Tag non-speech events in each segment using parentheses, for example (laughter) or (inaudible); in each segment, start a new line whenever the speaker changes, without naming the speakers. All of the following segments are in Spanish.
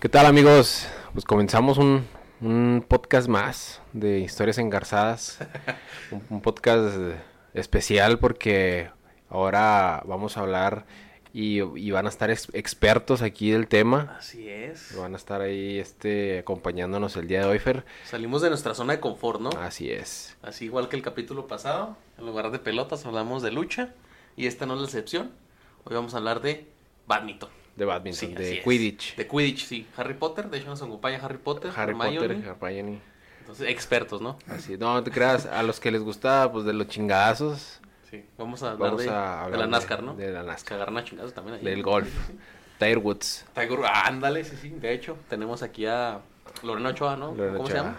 ¿Qué tal amigos? Pues comenzamos un, un podcast más de historias
(laughs)
engarzadas. un, un podcast especial porque ahora vamos a hablar y, y van a estar ex- expertos aquí del tema.
Así es.
Van a estar ahí este, acompañándonos el día de hoy, Fer.
Salimos de nuestra zona de confort, ¿no?
Así es.
Así igual que el capítulo pasado, en lugar de pelotas hablamos de lucha y esta no es la excepción. Hoy vamos a hablar de badminton.
De badminton,
Sí, así
de
es.
Quidditch.
De Quidditch, sí. Harry Potter, de hecho nos acompaña Harry Potter,
Harry
Hermione.
Potter, Hermione.
Entonces, expertos, ¿no?
Así, no, no te creas, a los que les gusta pues de los chingadazos,
Sí. Vamos a hablar,
vamos
de,
a
de
hablar
la NASCAR, ¿no?
De la NASCAR,
Cagar una chingada también ahí.
del golf. Tiger Woods.
Tiger- ah, ándale, sí, sí. De hecho, tenemos aquí a Lorena Ochoa, ¿no?
Lorena
¿Cómo
Ochoa.
se llama?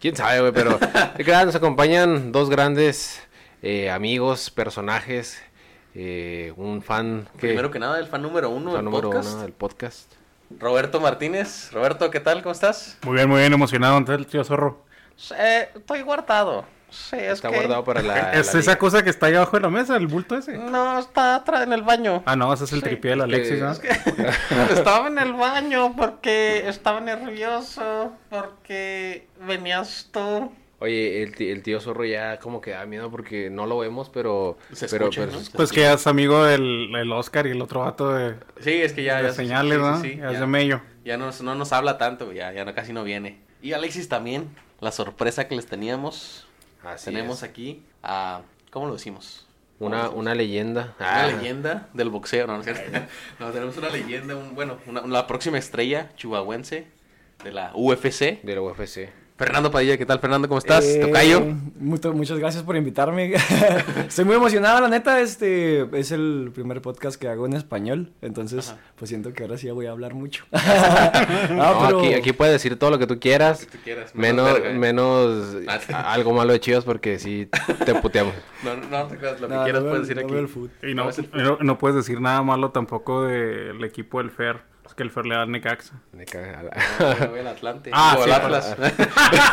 Quién sabe, güey,
(laughs)
pero de verdad nos acompañan dos grandes eh, amigos, personajes, eh, un fan que
Primero que nada, el fan número uno
fan
del
número
podcast,
uno del podcast.
Roberto Martínez. Roberto, ¿qué tal? ¿Cómo estás?
Muy bien, muy bien, emocionado, entonces el tío zorro.
Eh, estoy guardado. Sí, es
Está
que-
guardado para
Ah,
la.
(laughs) es
la
esa
liga.
cosa que está ahí abajo de la mesa, el bulto ese.
No, está atrás en el (laughs) baño.
Ah, no, ese es el
Ah. Sí,
tripié del Alexis, ¿no?
estaba en el baño porque estaba nervioso, porque venías tú.
Oye, el, ti- el tío zorro ya como que da miedo porque no lo vemos, pero.
Se
pero,
escucha,
pero
¿no?
se escucha.
Pues que ya es amigo del, del Oscar y el otro vato de,
Sí, es que ya...
de
ya
señales,
sí, sí,
¿no?
sí,
ya es
ya,
de mello.
ya no, no nos habla tanto, güey, ya, ya no, casi no viene. Y Alexis también, la sorpresa que les teníamos.
Así
tenemos
es.
aquí a... ¿Cómo lo decimos? ¿Cómo lo
Una,
decimos?
una leyenda.
Una
Ah,
leyenda del boxeo, no, no, es cierto. (laughs) No, tenemos una leyenda, un, bueno, una- la próxima estrella chihuahuense de la UFC.
De la UFC.
Fernando Padilla, ¿qué tal Fernando? ¿Cómo estás?
Eh,
Tocayo.
mucho- muchas gracias por invitarme. (laughs) Estoy muy emocionado, la neta. Este es el primer podcast que hago en español. Entonces, pues siento que ahora sí ya voy a hablar
(laughs)
mucho. (laughs) No,
Ah,
No,
pero-
aquí, aquí puedes decir todo lo que tú quieras.
tú quieras, menos
Menos,
verga, eh. (laughs)
menos
Ah, sí.
a- algo malo de chivas porque sí te puteamos.
No, no, no te creas, lo
no,
que quieras
no veo-
puedes decir
no
aquí.
veo el fut.
Y no,
(laughs)
y no, no puedes decir nada malo tampoco del equipo del Fer. Es que el Fer le da al Necaxa.
Me caga la-
(laughs) No, no veo el Atlante.
Ah,
Digo,
sí,
el
para-
Atlas. (laughs)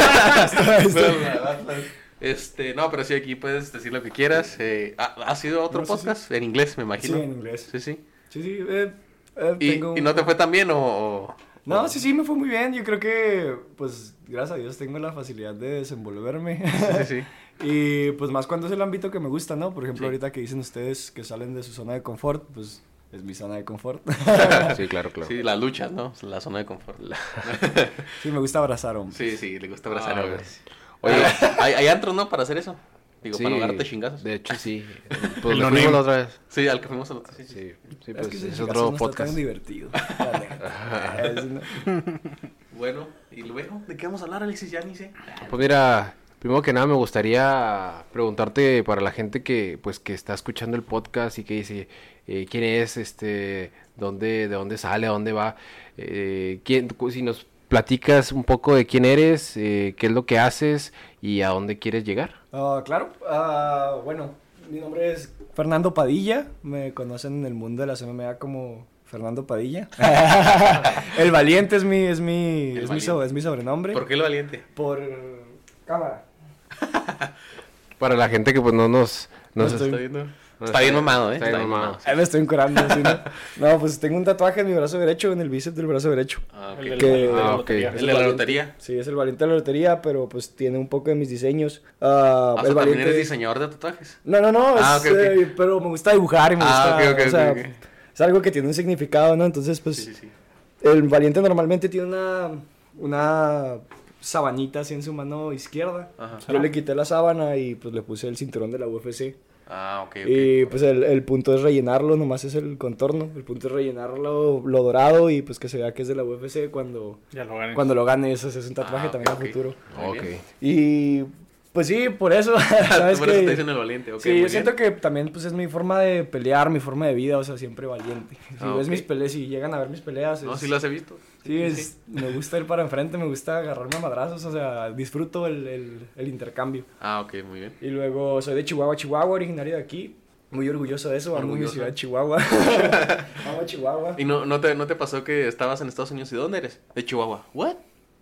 No, el (laughs) Atlas. Este, no, pero sí, aquí puedes decir lo que quieras. Eh, ¿ha, ha sido otro
No, sí,
podcast? En inglés, me imagino.
Sí, en inglés.
Sí, sí.
(laughs) Sí, sí. eh, eh,
¿Y,
tengo
y
un-
no te fue tan bien o...? o-
(laughs) No, sí, sí, me fue muy bien. Yo creo que, pues, gracias a Dios tengo la facilidad de desenvolverme.
Sí, sí, sí.
(laughs) Y pues más cuando es el ámbito que me gusta, ¿no? Por ejemplo,
Sí.
ahorita que dicen ustedes que salen de su zona de confort, pues es mi zona de confort. (laughs)
(laughs) Sí, claro, claro.
Sí, las luchas, ¿no? La zona de confort.
(laughs)
sí, me gusta abrazar a hombres.
Sí, sí, le gusta abrazar
Ah,
a güey.
güey.
Oye, ¿hay, hay antros, ¿no? Para hacer eso. Digo,
Sí,
para ahogarte chingazos.
De hecho, sí. Pues
El
lo
no name.
fuimos la otra vez.
Sí, al que fuimos a los... Sí, sí, sí.
Sí, sí,
es
pues
que
es,
ese
otro
chicazo no está
podcast.
tan divertido.
(laughs)
la neta. Es una-
Bueno, y luego, ¿de qué vamos a hablar, Alexis? Ya ni sé.
Pues mira, primero que nada me gustaría preguntarte para la gente que pues que está escuchando el podcast y que dice eh, quién es, este, dónde, de dónde sale, a dónde va, eh, quién, cu- si nos platicas un poco de quién eres, eh, qué es lo que haces y a dónde quieres llegar.
Ah, claro, Ah, bueno, mi nombre es Fernando Padilla. Me conocen en el mundo de las MMA como Fernando
(laughs)
Padilla. (laughs) el valiente es mi, es mi,
El
es mi, so-
Valiente.
es mi sobrenombre.
¿Por qué el valiente?
Por cámara.
Para la gente que pues no nos, no
No
se-
estoy-
Está viendo.
no
Está bien mamado, ¿eh?
Está bien mamado.
Ahí me estoy curando, ¿sí, (laughs) no? No, pues tengo un tatuaje en mi brazo derecho, en el bíceps del brazo derecho.
Ah, ok.
El del-
Que-
de la
Ah, ok.
lotería.
El de la lotería.
Sí, es el valiente de la lotería, pero pues tiene un poco de mis diseños. Ah,
Ah, o sea, también
el valiente...
eres diseñador de tatuajes.
No, no, no,
Ah,
es,
ok, ok.
eh, pero me gusta dibujar y me
Ah,
gusta...
ok, ok,
o sea,
ok, ok.
Es algo que tiene un significado, ¿no? Entonces, pues,
Sí, sí, sí.
el valiente normalmente tiene una, una sabanita así en su mano izquierda.
Ajá.
Yo le quité la sábana y pues le puse el cinturón de la UFC.
Ah, ok, ok.
Y pues el, el punto es rellenarlo, nomás es el contorno. El punto es rellenarlo lo dorado y pues que se vea que es de la UFC cuando,
Ya lo gané.
cuando lo gane. Eso es un tatuaje
Ah,
también
ok, ok.
a futuro.
Muy
Ok.
bien.
Y pues sí, por
(laughs)
eso. (laughs) ¿sabes
Tú (laughs) por eso
que-
te dicen el valiente, ok.
sí, yo siento que también pues es mi forma de pelear, mi forma de vida, o sea, siempre valiente. Si
Ah,
ves
ok.
mis peleas, si llegan a ver mis peleas,
No,
es-
sí lo has visto.
sí, es- me gusta ir para enfrente, me gusta agarrarme a madrazos, o sea, disfruto el- el- el intercambio.
Ah, ok, muy bien.
Y luego soy de Chihuahua, Chihuahua, originario de aquí. Muy orgulloso de eso, amo mi
Orgulloso. (laughs)
ciudad Chihuahua. amo Chihuahua.
¿Y no, no, te, no te pasó que estabas en Estados Unidos y dónde eres? De Chihuahua. ¿What?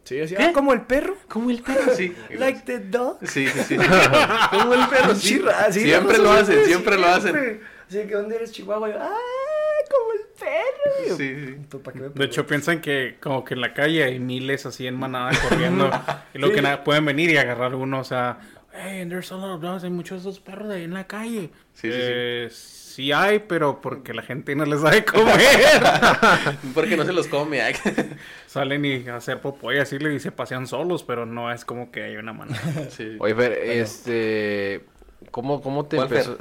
Sí, así,
¿Qué?
ah, como el perro.
¿Cómo el perro? Sí.
(laughs) Like the dog.
Sí, sí, (laughs) sí. ¿Cómo el perro?
(laughs)
Sí.
ra- sí,
siempre
no,
lo hacen, siempre lo hacen.
Así que, ¿dónde eres Chihuahua? Yo, ah, como el perro. Yo,
Sí, sí.
"Puta, ¿pa' qué me
De hecho,
preguntas?"
piensan que como que en la calle hay miles así en manada
(laughs)
corriendo. y lo que nada, pueden venir y agarrar uno. O sea, hey, and there's a lot of dogs. Hay muchos de esos perros ahí en la calle.
Sí, sí, sí.
Eh, sí hay, pero porque la gente no les (laughs) sabe
(laughs)
comer.
Porque no se los come. ay.
Salen y hacer popoy así le dice pasean solos, pero no es como que hay una manada.
(laughs)
(laughs)
Sí.
Oye, Fer, este. ¿Cómo, cómo te
¿Cuál Fer?
empezó?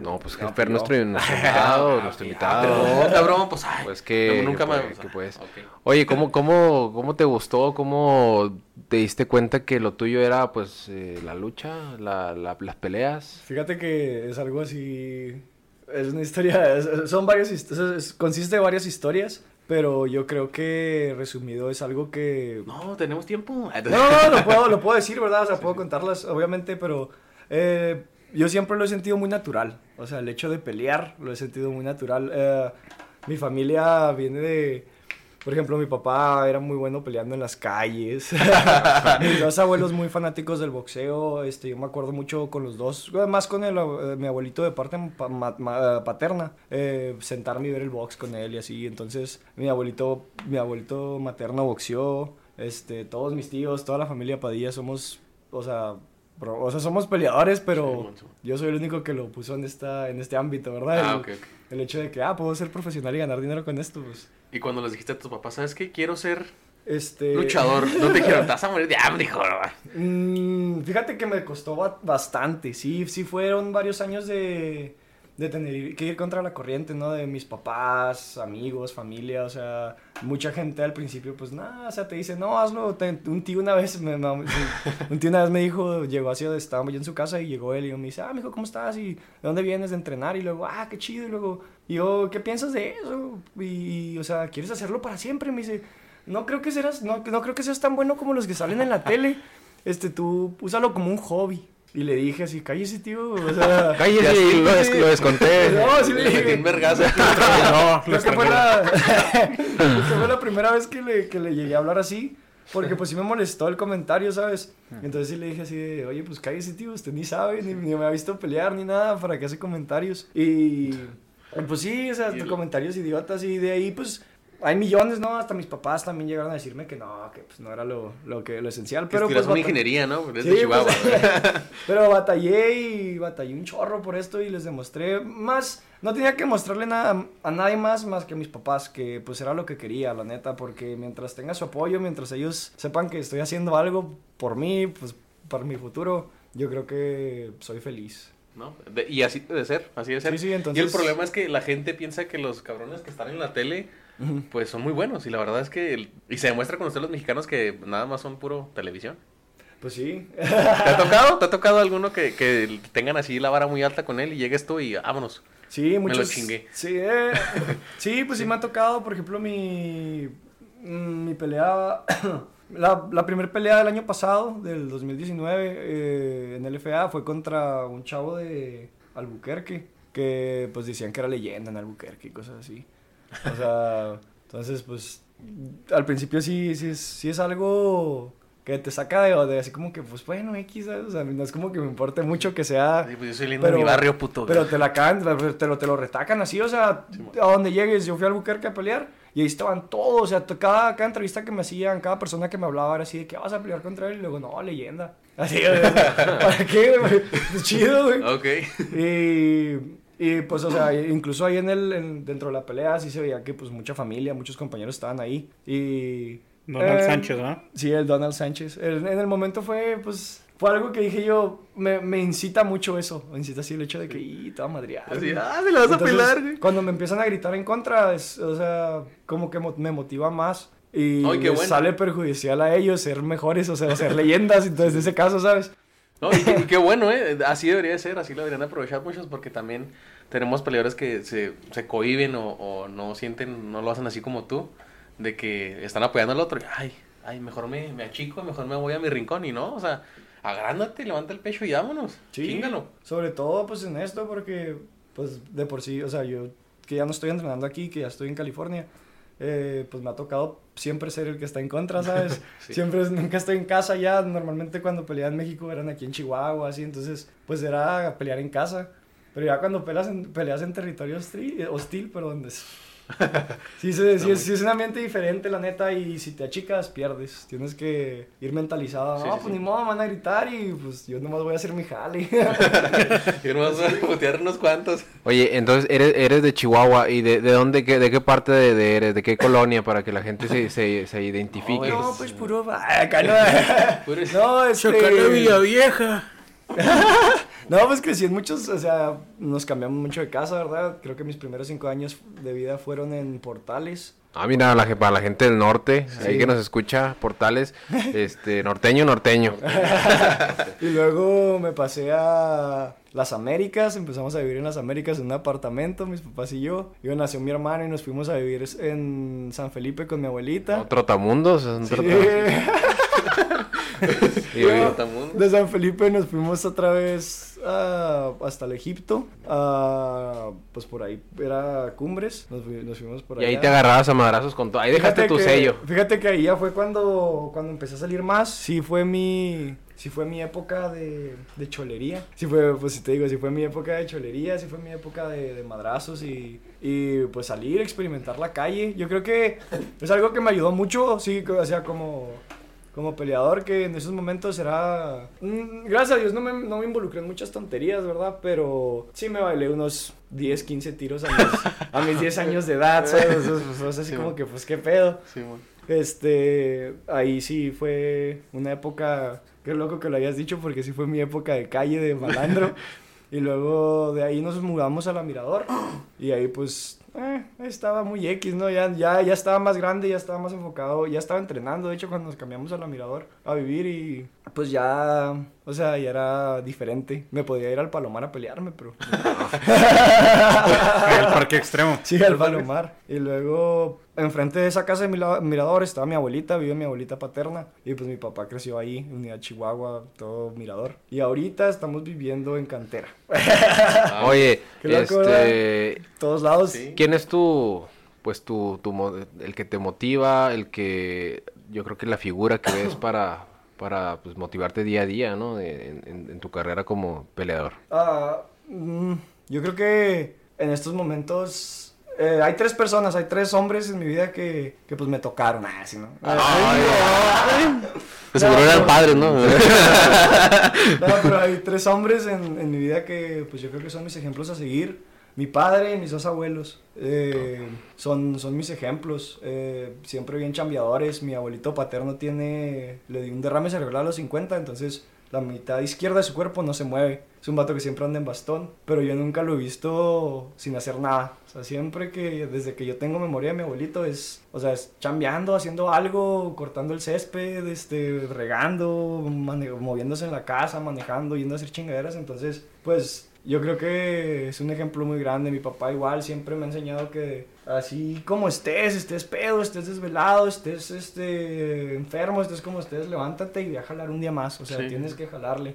No, pues que
No, Ah,
Fer,
yo.
nuestro,
(laughs)
nuestro invitado, nuestro
Ah, No,
invitado.
cabrón, pues
(laughs)
ay.
Pues que.
no, nunca
pues,
más.
que pues.
Ah, Ok.
Oye, ¿cómo, cómo, ¿cómo te gustó? ¿Cómo te diste cuenta que lo tuyo era, pues, eh, la lucha, la- la- las peleas?
Fíjate que es algo así. Es una historia. es- es- son varias. hist- es- es- consiste de varias historias. Pero yo creo que resumido es algo que. No,
No, tenemos tiempo. (laughs) Ah,
no, no, lo puedo, lo puedo decir, ¿verdad? O sea, puedo contarlas, obviamente, pero. eh, yo siempre lo he sentido muy natural. O sea, el hecho de pelear lo he sentido muy natural. Eh, mi familia viene de. Por ejemplo, mi papá era muy bueno peleando en las calles. (laughs) Mis dos abuelos muy fanáticos del boxeo. Este, yo me acuerdo mucho con los dos, además con el, ab- eh, mi abuelito de parte pa- ma- ma- eh, paterna, eh, sentarme y ver el box con él y así. Entonces, mi abuelito, mi abuelito materno boxeó. Este, todos mis tíos, toda la familia Padilla somos, o sea, bro- o sea, somos peleadores, pero
Sí,
yo soy el único que lo puso en esta, en este ámbito, ¿verdad?
Ah,
El-
ok, ok.
el hecho de que, ah, puedo ser profesional y ganar dinero con esto, pues.
Y cuando les dijiste a tus papás, ¿sabes qué? Quiero ser
Este.
luchador. No te dijeron, te vas a morir de hambre, hijo.
mm, fíjate que me costó ba- bastante. Sí, sí fueron varios años de, de tener que ir contra la corriente, ¿no? De mis papás, amigos, familia, o sea, mucha gente al principio, pues nada, o sea, te dice, no, hazlo. Te- un tío una vez me, me- un tío una vez me dijo, llegó así, estaba yo en su casa y llegó él y me dice, ah, mijo, ¿cómo estás? ¿Y de dónde vienes de entrenar? Y luego, ah, qué chido. Y luego, y yo, ¿qué piensas de eso? Y, o sea, ¿quieres hacerlo para siempre? Y me dice, no creo que seas, no, no creo que seas tan bueno como los que salen en la tele. Este, tú úsalo como un hobby. Y le dije así, cállese, tío.
(laughs)
O sea,
Cállese,
sí,
lo, des-
sí.
lo desconté.
(laughs) No, sí le
Le metí
dije.
un vergazo.
no,
Creo que fue la, (laughs) creo que fue la primera vez que le, que le llegué a hablar así. Porque pues sí me molestó el comentario, ¿sabes? Entonces sí le dije así de, oye, pues cállese, tío, usted ni sabe, ni, ni me ha visto pelear, ni nada, ¿para qué hace comentarios? Y eh, pues sí, o sea,
Y el-
comentarios idiotas y de ahí pues hay millones, ¿no? Hasta mis papás también llegaron a decirme que no, que pues no era lo, lo, que, lo esencial,
Pero
pero
pues,
pues...
una
bata-
ingeniería, ¿no? Eres
Sí,
de Chihuahua.
pues, (laughs) pero batallé y batallé un chorro por esto y les demostré más. No tenía que mostrarle nada a nadie más más que a mis papás, que pues era lo que quería, la neta, porque mientras tenga su apoyo, mientras ellos sepan que estoy haciendo algo por mí, pues para mi futuro, yo creo que soy feliz.
¿no? De- y así debe ser, así debe ser.
Sí, sí,
Y el
entonces-
problema es que la gente piensa que los cabrones que están en la tele, pues son muy buenos. Y la verdad es que, el- y se demuestra con ustedes los mexicanos que nada más son puro televisión.
Pues sí.
¿Te ha tocado? ¿Te ha tocado alguno que, que tengan así la vara muy alta con él y llegues tú y vámonos?
Sí, muchos.
lo chingué.
Sí, eh, (laughs) sí, pues sí. me ha tocado, por ejemplo, mi, mm, mi pelea, (coughs) la, la primera pelea del año pasado, del 2019, eh, en LFA, fue contra un chavo de Albuquerque, que pues decían que era leyenda en Albuquerque y cosas así. O sea, (laughs) entonces pues al principio sí, sí, es, sí es algo que te saca de, de así como que pues bueno, X, ¿sabes? o sea, no es como que me importe mucho que sea...
Sí, pues yo soy lindo en mi barrio, puto.
Ah, Pero te la acaban, te lo, te lo retacan así, o sea, a donde llegues. Yo fui a Albuquerque a pelear y ahí estaban todos, o sea, to- cada, cada entrevista que me hacían, cada persona que me hablaba era así de que "Ah, vas a pelear contra él. Y luego, no, leyenda. (laughs) Así, o sea, ¿para qué, güey? (laughs) Pues Chido, güey.
Ok.
Y, y, pues, o sea, incluso ahí en el, en- dentro de la pelea sí se veía que pues mucha familia, muchos compañeros estaban ahí. Y...
Donald
eh,
Sánchez, ¿no?
Sí, el Donald Sánchez. El- en el momento fue, pues, fue algo que dije yo, me, me incita mucho eso. Me incita así el hecho de que, y te va a madrear.
Así,
güey".
ah, me la vas
Entonces,
a pelar, güey.
Cuando me empiezan a gritar en contra, es, o sea, como que mo- me motiva más. Y
Ay, qué
les
bueno.
sale perjudicial a ellos ser mejores, o sea, ser leyendas. Entonces, en ese caso, ¿sabes?
No, y, qué, y qué bueno, ¿eh? Así debería ser, así lo deberían aprovechar muchos porque también tenemos peleadores que se, se cohiben o, o no sienten, no lo hacen así como tú, de que están apoyando al otro. y, Ay, ay, mejor me, me achico, mejor me voy a mi rincón y no, o sea, agrándate, levanta el pecho y vámonos. (laughs)
Sí,
Chíngalo.
sobre todo pues en esto porque pues de por sí, o sea, yo que ya no estoy entrenando aquí, que ya estoy en California, eh, pues me ha tocado siempre ser el que está en contra, ¿sabes?
Sí.
Siempre, es- nunca estoy en casa ya, normalmente cuando peleaba en México eran aquí en Chihuahua, así, entonces pues era pelear en casa. Pero ya cuando peleas en, peleas en territorio hostil, eh, hostil perdón,
(laughs)
es- sí, se- sí es, sí es un ambiente diferente, la neta, y si te achicas, pierdes. Tienes que ir mentalizado.
Sí,
"Ah,
sí,
pues
sí.
ni modo, me van a gritar y pues yo nomás voy a hacer mi
(laughs)
jale.
Yo nomás voy a putear unos cuantos.
Oye, entonces eres, eres de Chihuahua y de, de dónde, qué- de qué parte de, de eres, de qué colonia para que la gente se, se, se identifique.
güey,
no,
es-
pues puro... va-
(laughs)
acá no-
(laughs) Puro-
no, este...
Chacala
(laughs)
Villavieja.
No, pues crecí en muchos, o sea, nos cambiamos mucho de casa, ¿verdad? Creo que mis primeros cinco años de vida fueron en Portales.
Ah, mira, la, ge- para la gente del norte, ahí
Sí.
que nos escucha,
(laughs)
portales, este, norteño, norteño.
Y luego me pasé a las Américas, empezamos a vivir en las Américas en un apartamento, mis papás y yo. Y nació mi hermano y nos fuimos a vivir es- en San Felipe con mi abuelita.
¿No? Trotamundos, es un
Sí.
trota-
(laughs)
y-
Puro trotamundo.
De San Felipe nos fuimos otra vez ah, hasta el Egipto. ah, pues por ahí era Cumbres, nos, fui- nos fuimos por
y ahí
allá.
te agarrabas a madrazos con todo. Ahí dejaste
Fíjate
tu
que- (laughs)
sello.
Fíjate que ahí ya fue cuando, cuando empecé a salir más. Sí fue mi, sí fue mi época de, de cholería. Sí fue, pues si te digo, sí fue mi época de cholería, sí fue mi época de, de madrazos y, y pues salir, experimentar la calle. Yo creo que es algo que me ayudó mucho, sí, o sea, como... Como peleador que en esos momentos era... mm, gracias a Dios no me, no me involucré en muchas tonterías, ¿verdad? Pero sí me bailé unos 10, 15 tiros a mis, a mis 10 años de edad, ¿sabes? Entonces, pues, fue así
Sí,
como
man.
que, pues, ¿qué pedo?
Simón.
Este, ahí sí fue una época, qué loco que lo hayas dicho, porque sí fue mi época de calle, de malandro. y luego de ahí nos mudamos a la Mirador. Y ahí pues, eh, estaba muy X, ¿no? Ya, ya, ya estaba más grande, ya estaba más enfocado, ya estaba entrenando, de hecho, cuando nos cambiamos a la Mirador a vivir y pues ya, o sea, ya era diferente. Me podía ir al Palomar a pelearme, pero... (laughs)
El parque extremo.
Sí, (laughs) al Palomar. Y luego, enfrente de esa casa de Mila- Mirador estaba mi abuelita, vive mi abuelita paterna. Y pues mi papá creció ahí, en Unidad Chihuahua, todo Mirador. Y ahorita estamos viviendo en cantera.
Oye,
Ah, Qué loco,
este,
Todos lados.
Sí.
¿quién es tu, pues tu, tu, mo- el que te motiva, el que, yo creo que la figura que
(coughs)
ves para, para, pues, motivarte día a día, ¿no? De- en- en- en tu carrera como peleador.
Ah, mm, yo creo que en estos momentos eh, hay tres personas, hay tres hombres en mi vida que, que pues me tocaron. Ah, sí, ¿no?
Pues seguro
No,
eran
no.
padres, ¿no?
(laughs) No, pero hay tres hombres en, en mi vida que pues yo creo que son mis ejemplos a seguir. Mi padre y mis dos abuelos eh, son, son mis ejemplos. eh, siempre bien chambeadores. Mi abuelito paterno tiene, le dio un derrame cerebral a los 50, entonces la mitad izquierda de su cuerpo no se mueve. Es un vato que siempre anda en bastón, pero yo nunca lo he visto sin hacer nada. O sea, siempre que, desde que yo tengo memoria de mi abuelito, es, o sea, es chambeando, haciendo algo, cortando el césped, este, regando, mane- moviéndose en la casa, manejando, yendo a hacer chingaderas. Entonces, pues, yo creo que es un ejemplo muy grande. Mi papá igual siempre me ha enseñado que así como estés, estés pedo, estés desvelado, estés, este, enfermo, estés como estés, levántate y ve a jalar un día más. O sea,
Sí.
tienes que jalarle.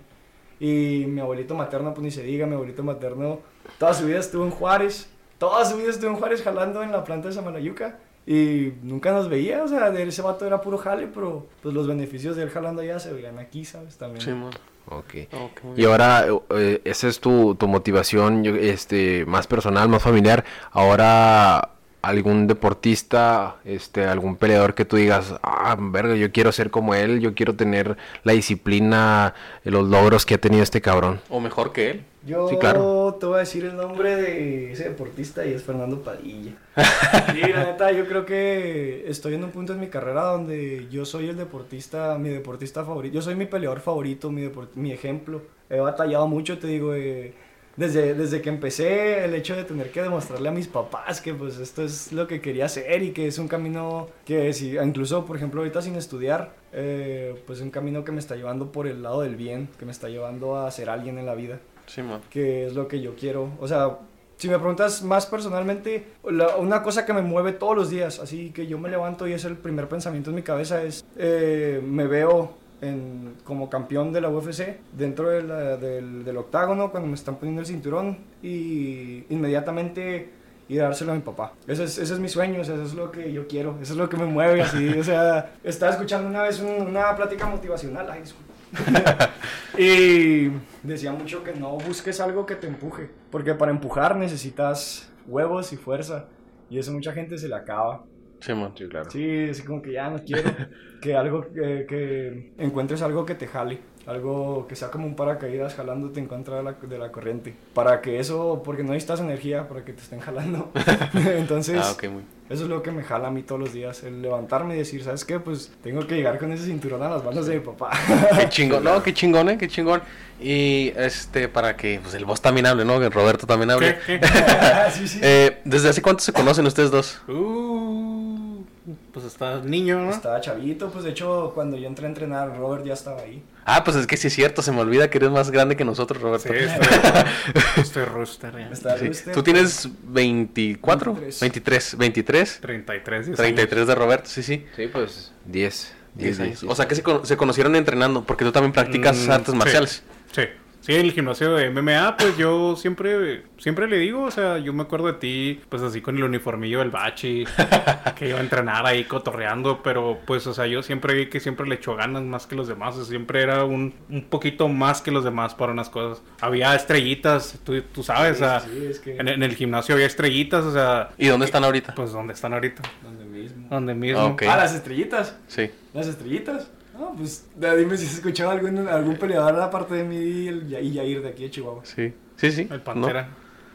Y mi abuelito materno, pues ni se diga, mi abuelito materno toda su vida estuvo en Juárez, toda su vida estuvo en Juárez jalando en la planta de Samalayuca y nunca nos veía, o sea, de ese vato era puro jale, pero pues los beneficios de él jalando allá se veían aquí, ¿sabes?
(laughs)
También.
Simón.
Ok.
Oh, qué muy
Y
bien.
ahora, eh, esa es tu, tu motivación yo- este, más personal, más familiar. Ahora, algún deportista, este, algún peleador que tú digas, ah, verga, yo quiero ser como él, yo quiero tener la disciplina, eh, los logros que ha tenido este cabrón.
O mejor que él.
Yo
Sí, claro.
te voy a decir el nombre de ese deportista y es Fernando
(laughs)
Padilla. Sí, la neta, yo creo que estoy en un punto en mi carrera donde yo soy el deportista, mi deportista favorito, yo soy mi peleador favorito, mi, depor- mi ejemplo. He batallado mucho, te digo, eh, desde, desde que empecé el hecho de tener que demostrarle a mis papás que pues esto es lo que quería hacer y que es un camino que si, incluso, por ejemplo, ahorita sin estudiar, eh, pues es un camino que me está llevando por el lado del bien, que me está llevando a ser alguien en la vida
Simón.
que es lo que yo quiero. O sea, si me preguntas más personalmente, la- una cosa que me mueve todos los días, así que yo me levanto y es el primer pensamiento en mi cabeza, es, eh, me veo en- como campeón de la UFC dentro de la- del, del octágono cuando me están poniendo el cinturón y inmediatamente ir a dárselo a mi papá. Ese es, ese es mi sueño, o sea, eso es lo que yo quiero, eso es lo que me mueve así. O sea, estaba escuchando una vez un- una plática motivacional, ay, disculpa. Y decía mucho que no busques algo que te empuje, porque para empujar necesitas huevos y fuerza, y eso mucha gente se le acaba.
Simón.
Sí, claro.
Sí, así como que ya no
(laughs)
quiero que algo que, que encuentres algo que te jale, algo que sea como un paracaídas jalándote en contra de la, de la corriente, para que eso, porque no necesitas energía para que te
(laughs)
estén jalando. Entonces,
Ah, ok, muy.
eso es lo que me jala a mí todos los días, el levantarme y decir, ¿sabes qué? Pues tengo que llegar con ese cinturón a las manos de mi papá. (laughs)
(laughs)
Qué chingón, no, qué chingón, eh, qué chingón. Y este, para que pues el vos también hable, ¿no? Que Roberto también hable. (laughs)
¿Qué? ¿Qué?
sí, sí.
Eh, ¿Desde hace cuánto se conocen ustedes dos?
Uh, pues estás niño, ¿no?
Estaba chavito, pues de hecho cuando yo entré a entrenar, Robert ya estaba ahí.
Ah, pues es que sí es cierto, se me olvida que eres más grande que nosotros, Roberto. (laughs)
Sí, (laughs) estoy, estoy rooster ya.
Estaba este,
Sí.
usted.
Tú tienes 24,
23.
23, 23,
33, 10 años.
33 de Roberto, sí, sí.
Sí, pues 10.
10 años. O sea que se, cono- se conocieron entrenando, porque tú también practicas
Mm,
artes
sí.
marciales.
Sí. Sí, en el gimnasio de MMA, pues yo siempre, siempre le digo, o sea, yo me acuerdo de ti, pues así con el uniformillo del bachi, que iba a entrenar ahí cotorreando, pero pues, o sea, yo siempre vi que siempre le echó ganas más que los demás, o sea, siempre era un, un poquito más que los demás para unas cosas. Había estrellitas, tú, tú sabes,
Sí,
o sea,
sí, es que-
en, en el gimnasio había estrellitas, o sea,
¿Y dónde están ahorita?
pues donde están ahorita,
Donde mismo.
donde mismo.
Ok.
Ah, las estrellitas.
Sí.
¿Las estrellitas? No, pues da- dime si has escuchado algún, algún peleador aparte de mí y, el, Ya- y Yair de aquí de Chihuahua.
Sí. Sí, sí.
El
¿no?
Pantera,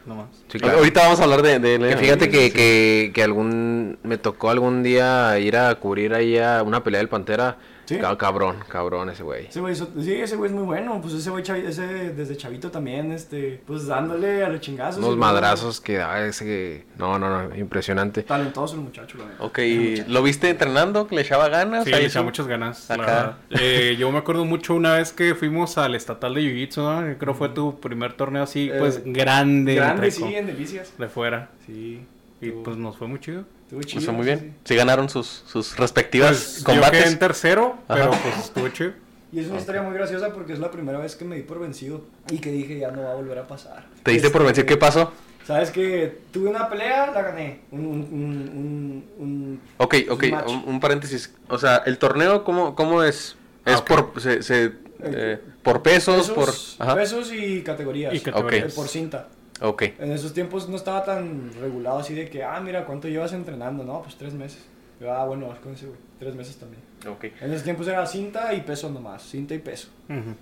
nomás.
Sí, claro.
Ahorita vamos a hablar de, ¿eh? de-
Que fíjate que, que, que algún me tocó algún día ir a cubrir ahí a una pelea del Pantera.
¿Sí?
Ca- Cabrón, cabrón ese güey.
Ese güey, so- sí, ese güey es muy bueno, pues ese güey chavi- ese, desde chavito también, este, pues dándole a los chingazos.
Unos
y-
madrazos que daba ese... No, no, no, impresionante.
Talentoso el muchacho, la neta.
Ok, ¿y ¿lo viste entrenando? ¿Que le echaba ganas?
Sí,
Ahí
le echaba
su-
muchas ganas.
Acá.
la verdad. Eh, yo me acuerdo mucho una vez que fuimos al estatal de Jiu-Jitsu, ¿no? Que Creo fue tu primer torneo así,
Eh,
pues grande.
Grande,
treco,
sí, en delicias.
De fuera.
Sí.
Y pues nos fue muy chido.
estuvo
Pues,
chido,
muy
sí,
bien. Sí,
sí.
ganaron sus, sus
Pues,
respectivas
yo quedé
combates.
en tercero, pero
Ajá.
pues estuvo chido.
Y es una historia muy graciosa porque es la primera vez que me di por vencido y que dije ya no va a volver a pasar.
¿Te diste por
Este,
vencido? ¿Qué pasó?
Sabes que tuve una pelea, la gané. Un, un, un, un, un-
Ok,
un
ok,
match.
un, un paréntesis. O sea, ¿el torneo cómo, cómo es? ¿Es
ok.
por, se, se, eh, por pesos?
pesos,
¿Por...? Ajá.
pesos y categorías.
Y categorías.
Eh, Por cinta.
Ok.
En esos tiempos no estaba tan regulado así de que, ah, mira, ¿cuánto llevas entrenando? No, pues tres meses. Yo, ah, bueno, vas con ese güey. Tres meses también.
Ok.
En esos tiempos era cinta y peso nomás. Cinta y peso.
Ujú.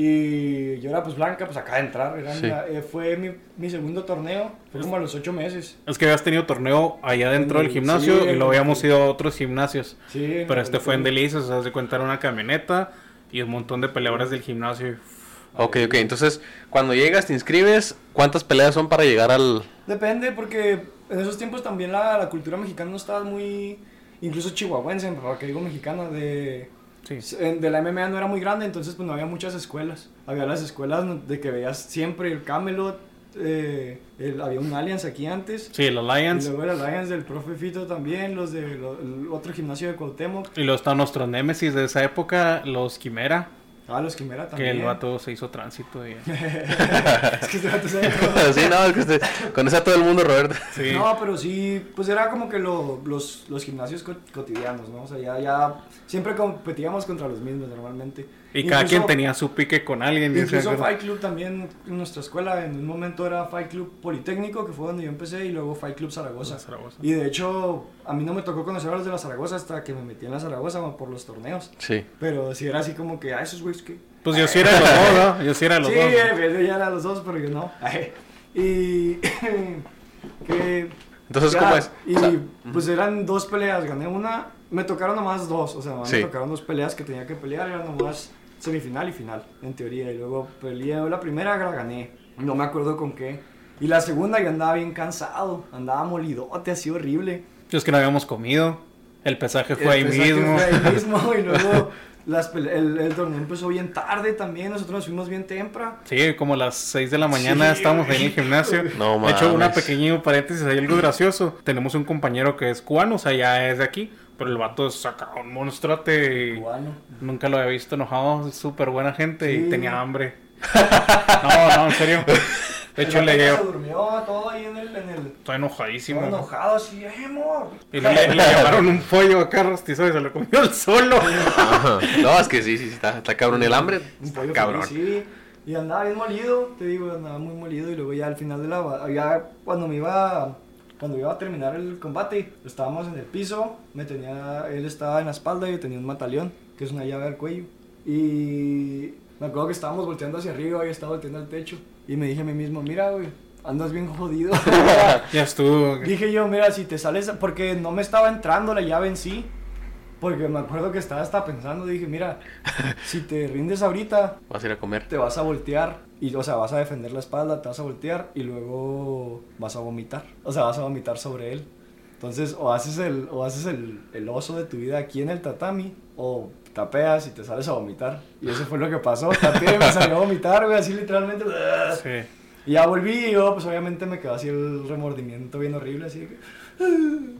Y yo era pues blanca, pues acá de entrar. era
Sí.
una- eh, fue mi, mi segundo torneo. Fue como a los ocho meses.
Es que habías tenido torneo allá dentro del
Mm, Sí,
gimnasio y
en-
lo habíamos ido a otros gimnasios.
Sí. en-
Pero este fue en Delicias, o sea, se contaron una camioneta y un montón de peleadores del gimnasio. y
Ok, ok. Entonces, cuando llegas, te inscribes. ¿Cuántas peleas son para llegar al...? (laughs)
Depende, porque en esos tiempos también la, la cultura mexicana no estaba muy. Incluso chihuahuense, para que digo mexicana, de.
Sí.
en- De la MMA no era muy grande, entonces pues no había muchas escuelas. Había las escuelas de que veías siempre el Camelot, eh, el- había un Alliance aquí antes.
Sí, el
Y
Alliance.
luego el Alliance del profe Fito también, los del otro gimnasio de Cuauhtémoc.
Y luego están nuestros némesis de esa época, los Quimera,
Ah, los Quimera
que
también.
el vato se hizo tránsito y...
(laughs) es que este vato sabe todo.
sí, no, es que usted- conoce a todo el mundo, Roberto.
Sí.
No, pero sí, pues era como que lo- los, los gimnasios co- cotidianos, ¿no? O sea, ya, ya siempre competíamos contra los mismos normalmente.
Y cada
Incluso-
quien tenía su pique con alguien. y
Incluso
decía,
Fight Club también en nuestra escuela, en un momento era Fight Club Politécnico, que fue donde yo empecé, y luego Fight Club Zaragoza.
La Zaragoza.
Y de hecho, a mí no me tocó conocer a los de la Zaragoza hasta que me metí en la Zaragoza por los torneos.
Sí.
Pero sí era así como que, ah, esos güeyes que...
Pues yo sí era de los dos, ¿no? Yo sí era de los
Sí,
dos.
eh, pues, ya eran los dos, pero yo no. (laughs) Y (laughs) que...
Entonces,
ya,
¿cómo es?
Y
O sea,
pues eran dos peleas, gané una, me tocaron nomás dos, o sea, nomás
Sí.
me tocaron dos peleas que tenía que pelear, eran nomás semifinal y final, en teoría, y luego peleé la primera, la gané, no me acuerdo con qué, y la segunda yo andaba bien cansado, andaba molidote, así horrible.
Yo es que no habíamos comido. El pesaje fue
El
ahí
pesaje
mismo.
Fue ahí mismo, y luego las pele- el, el torneo empezó bien tarde también, nosotros nos fuimos bien temprano.
(laughs) Sí, como a las 6 de la mañana
Sí,
estábamos ahí en el gimnasio.
No
de hecho, una
mames.
pequeño paréntesis, hay algo gracioso. Tenemos un compañero que es cubano, o sea, ya es de aquí. Pero el vato saca un monstruote. y
Cubano.
Nunca lo había visto enojado. Súper buena gente
Sí.
y
(laughs)
tenía hambre. No, no, en serio. De hecho,
El
le
vato Se
llevo.
durmió todo ahí en el. En el
Estoy enojadísimo.
todo enojado así, ¡eh, amor!
Y le, le llevaron un pollo acá rostizado y se lo comió el solo.
Ajá. No, es que sí, sí, sí, está, está cabrón el hambre.
(laughs)
Ah,
Un
Está
pollo
cabrón.
feliz, sí. Y andaba bien molido, te digo, andaba muy molido. Y luego ya al final de la. Ya cuando me iba. Cuando iba a terminar el combate, estábamos en el piso. Me tenía. Él estaba en la espalda y yo tenía un mataleón, que es una llave al cuello. Y. Me acuerdo que estábamos volteando hacia arriba y estaba volteando al techo. Y me dije a mí mismo, mira, güey, andas bien
(laughs)
jodido.
Ya estuvo.
Dije yo, mira, si te sales, porque no me estaba entrando la llave en sí, porque me acuerdo que estaba hasta pensando, dije, mira, si te rindes ahorita,
(laughs) Vas a ir a comer.
te vas a voltear, y, o sea, vas a defender la espalda, te vas a voltear y luego vas a vomitar, o sea, vas a vomitar sobre él. Entonces, o haces el, o haces el, el oso de tu vida aquí en el tatami, o tapeas y te sales a vomitar. Y eso fue lo que pasó, tapeé y me salió a vomitar, güey, así literalmente.
Sí.
Y ya volví y yo, pues obviamente me quedó así el remordimiento bien horrible, así de que...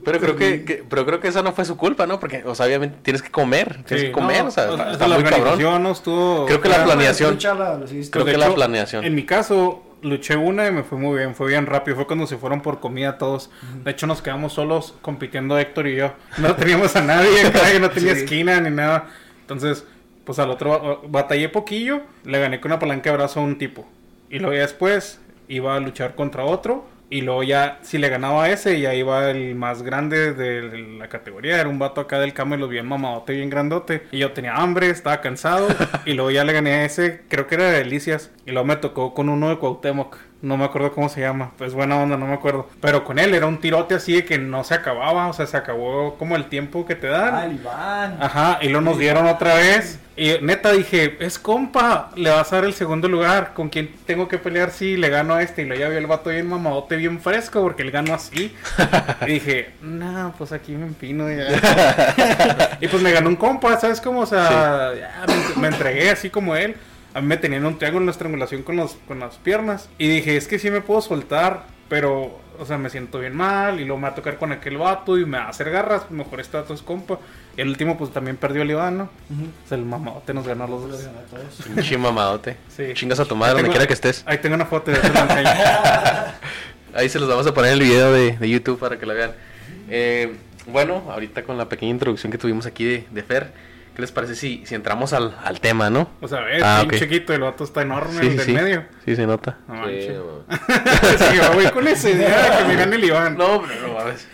Pero creo que, que- pero creo que esa no fue su culpa, ¿no? Porque, o sea, obviamente tienes que comer, tienes
Sí.
que comer,
No,
o sea,
O
está,
sea, hasta
está
la
muy cabrón.
organización no estuvo.
Creo que la
Era-
plan- planeación.
Escucha la- sí, está-
Creo
de
que la planeación.
En mi caso, luché una y me fue muy bien. Fue bien rápido. Fue cuando se fueron por comida todos. De hecho, nos quedamos solos compitiendo Héctor y yo. No teníamos a
(laughs)
nadie. caray, no tenía
Sí.
esquina ni nada. Entonces, pues al otro ba- batallé poquillo. Le gané con una palanca de brazo a un tipo. Y luego ya después iba a luchar contra otro. Y luego ya, si le ganaba a ese, ya iba el más grande de la categoría. Era un vato acá del Camelo, bien mamadote, bien grandote. Y yo tenía hambre, estaba cansado. y luego ya le gané a ese, creo que era de Delicias. Y luego me tocó con uno de Cuauhtémoc. No me acuerdo cómo se llama. Pues buena onda, no me acuerdo. Pero con él era un tirote así de que no se acababa. O sea, se acabó como el tiempo que te dan.
Ah, el Iván.
Ajá, y lo nos dieron otra vez. Y neta dije, es compa, le vas a dar el segundo lugar. ¿Con quién tengo que pelear si le gano a este? Y lo ya vio el vato bien mamadote, bien fresco, porque él ganó así. y dije, no, pues aquí me empino. ya". (laughs) y pues me ganó un compa, ¿sabes cómo? O sea, ya, me, me entregué así como él. A mí me tenían un triángulo en la estrangulación con, los, con las piernas. Y dije, es que sí me puedo soltar, pero, o sea, me siento bien mal. Y luego me va a tocar con aquel vato y me va a hacer garras. pues, Mejor está tus compa. Y el último, pues también perdió el Iván, ¿no? O sea, el mamadote nos ganó a los
Los
dos.
ganó a todos.
Pinche mamadote.
Sí.
Chingas a tu madre donde
Tengo-
quiera que estés.
Ahí tengo una foto de eso. la enseño.
Ahí se los vamos a poner en el video de, de YouTube para que la vean. Eh, bueno, ahorita con la pequeña introducción que tuvimos aquí de, de Fer, ¿qué les parece si, si entramos al, al tema, no?
O sea, es
Ah,
bien
ok.
chiquito, el vato está enorme,
Sí,
el del
sí.
medio. (laughs)
Sí, se nota.
No
Sí,
(laughs)
manches.
no mames.
Sí, yo voy con esa idea de que me gane el Iván.
No, pero no mames.